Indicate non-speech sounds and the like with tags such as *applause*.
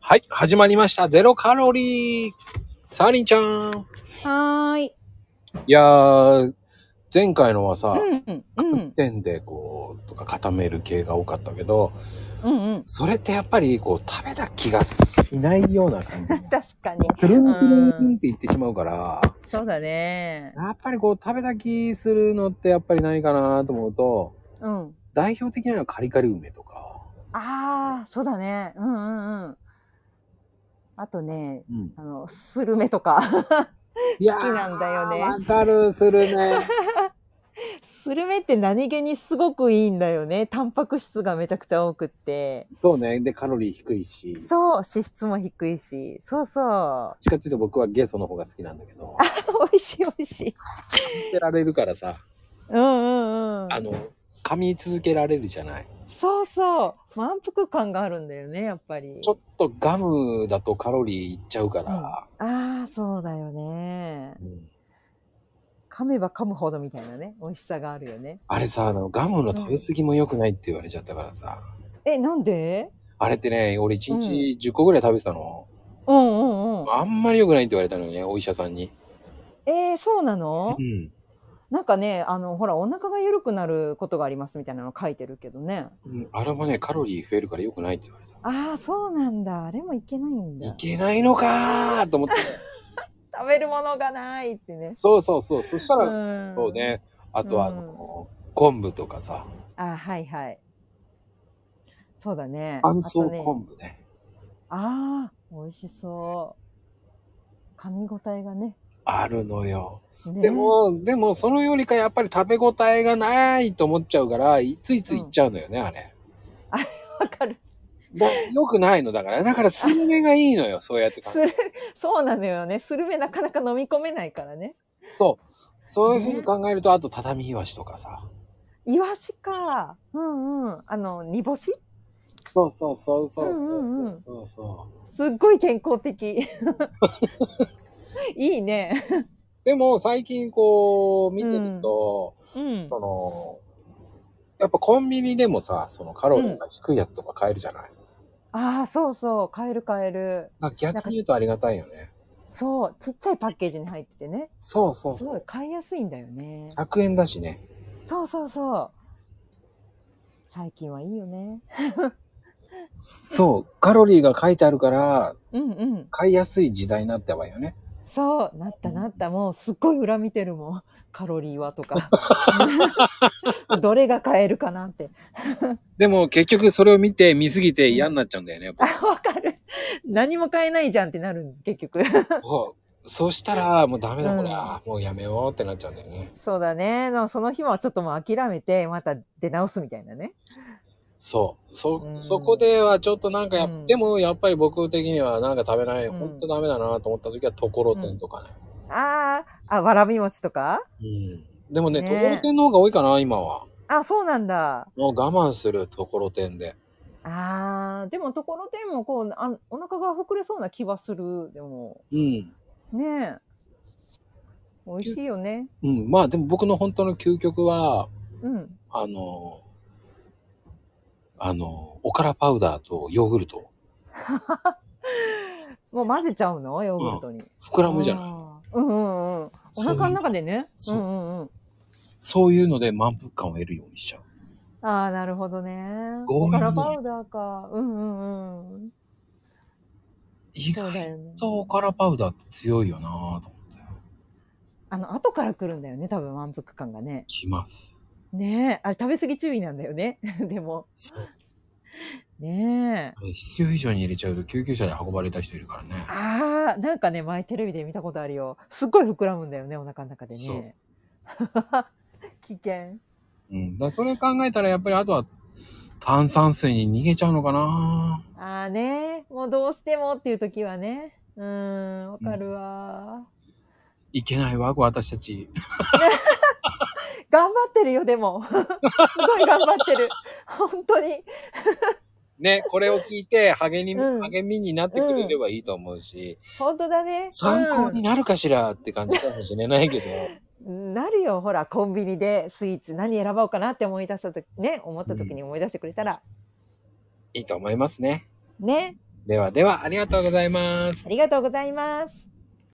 はい、始まりました。ゼロカロリー。サーリンちゃん。はーい。いやー、前回のはさ、うん、うん、点でこう、とか固める系が多かったけど、うん、うん。それってやっぱりこう、食べた気がしない *laughs* ような感じ。確かに。くるんくるんって言ってしまうから、そうだね。やっぱりこう、食べた気するのってやっぱりないかなと思うと、うん。代表的なのはカリカリ梅とか。ああ、そうだね。うん、うん、うん。あとね、うん。あの、スルメとか。いやー好きなんだよねわかる、するね。スルメって何気にすごくいいんだよね。タンパク質がめちゃくちゃ多くって。そうね。で、カロリー低いし。そう、脂質も低いし。そうそう。どっちかっていうと僕はゲソの方が好きなんだけど、美味しい美味しい。捨てられるからさ、うん、うん、うんあ。の、噛み続けられるじゃない。そうそう。満腹感があるんだよね、やっぱりち。ょっとガムだとカロリーいっちゃうから、ああ、そうだよね。うん噛めば噛むほどみたいなね美味しさがあるよねあれさ、あの、ガムの食べ過ぎも良くないって言われちゃったからさ、えなんであれってね、俺1日10個ぐらい食べてたの。うんうんうんあんまり良くないって言われたのよね、お医者さんに。えー、そうなのうん。なんかねあのほらお腹が緩くなることがありますみたいなの書いてるけどねうんあれもね、カロリー増えるから良くないって言われた。ああそうなんだあれもいけないんだいけないのかーと思って。 *laughs* 食べるものがないってねそうそうそう。そしたら、んそうね、あとはあの、昆布とかさ、あーはいはいそうだね乾燥あとね昆布ね。あー美味しそう噛み応えがねあるのよ。ねでも、でも、そのよりかやっぱり食べ応えがないと思っちゃうから、いついついっちゃうのよね、あれ。わかるだよくないのだから。だから、スルメがいいのよ、そうやって考スえルそうなのよねスルメなかなか飲み込めないからねそう。そういうふうに考えると、あと、畳いわしとかさ。イワシか。うんうん。あの、煮干しそうそうそうそうそうんうんううんそうそう。すっごい健 *laughs* 康的。いいね。でも、最近こう、見てると、うん。その、やっぱコンビニでもさ、そのカロリーが低いやつとか買えるじゃない。ああ、そうそう。買える買える。だから逆に言うとありがたいよね。そう。ちっちゃいパッケージに入っててね。そうそうすそ。ごいう買いやすいんだよね。 100円だしね。そうそうそう。最近はいいよね。そう、カロリーが書いてあるから、うんうん。買いやすい時代になったわよね。そう。なったなった。もうすっごい裏見てるもん。カロリーは *laughs* とか。どれが買えるかなって。でも結局それを見て見すぎて嫌になっちゃうんだよね。やっ *laughs* ぱあ、わかる。何も買えないじゃんってなる結局。そうそうしたらもうダメだうんこれ、あーもうやめようってなっちゃうんだよね。そうだね。でもその日はちょっともう諦めて、また出直すみたいなね。そう。そ、うんそこではちょっとなんかや、うんでもやっぱり僕的にはなんか食べない、うんほんとダメだなと思った時はところてんとかね。あーあ、わらび餅とかうん。でもね、ねところてんの方が多いかな、今は。あ、そうなんだ。もう我慢するところてんで。ああ、でもところてんもこうあ、お腹が膨れそうな気はする。でも、うん。ねえ。美味しいよね。うん。まあでも僕の本当の究極は、うん。あの、あの、おからパウダーとヨーグルト。もう混ぜちゃうのヨーグルトに。膨らむじゃない。あーうんうんうん。おそういう腹の中でね。うそうんうんうん。そういうので満腹感を得るようにしちゃう。ああ、なるほどね。強引におからパウダーか。うんうんうん。意そうだ外よね。とおからパウダーって強いよなぁと思って。あの、後から来るんだよね、多分満腹感がね。きます。ねえ、あれ食べ過ぎ注意なんだよね。 *laughs* でも、そう。ねえ。必要以上に入れちゃうと救急車で運ばれた人いるからね。ああ、なんかね、前テレビで見たことあるよ。すっごい膨らむんだよね、お腹の中でね。 *laughs* 危険。うん。だからそれ考えたらやっぱりあとは炭酸水に逃げちゃうのかなぁああね、もうどうしてもっていう時はね。うーん、わかるわ、いけないわ、私たち。頑張ってるよ、でも。 *laughs* すごい頑張って *laughs* る。本当に。ね、これを聞いて励み、うん励みになってくれればいいと思うし、本当だね。参考うんになるかしらって感じかもしれないけど。なるよほらコンビニでスイーツ何選ぼうかなって思い出した時ね思った時に思い出してくれたら、いいと思いますね。ねではでは、ありがとうございます。ありがとうございます。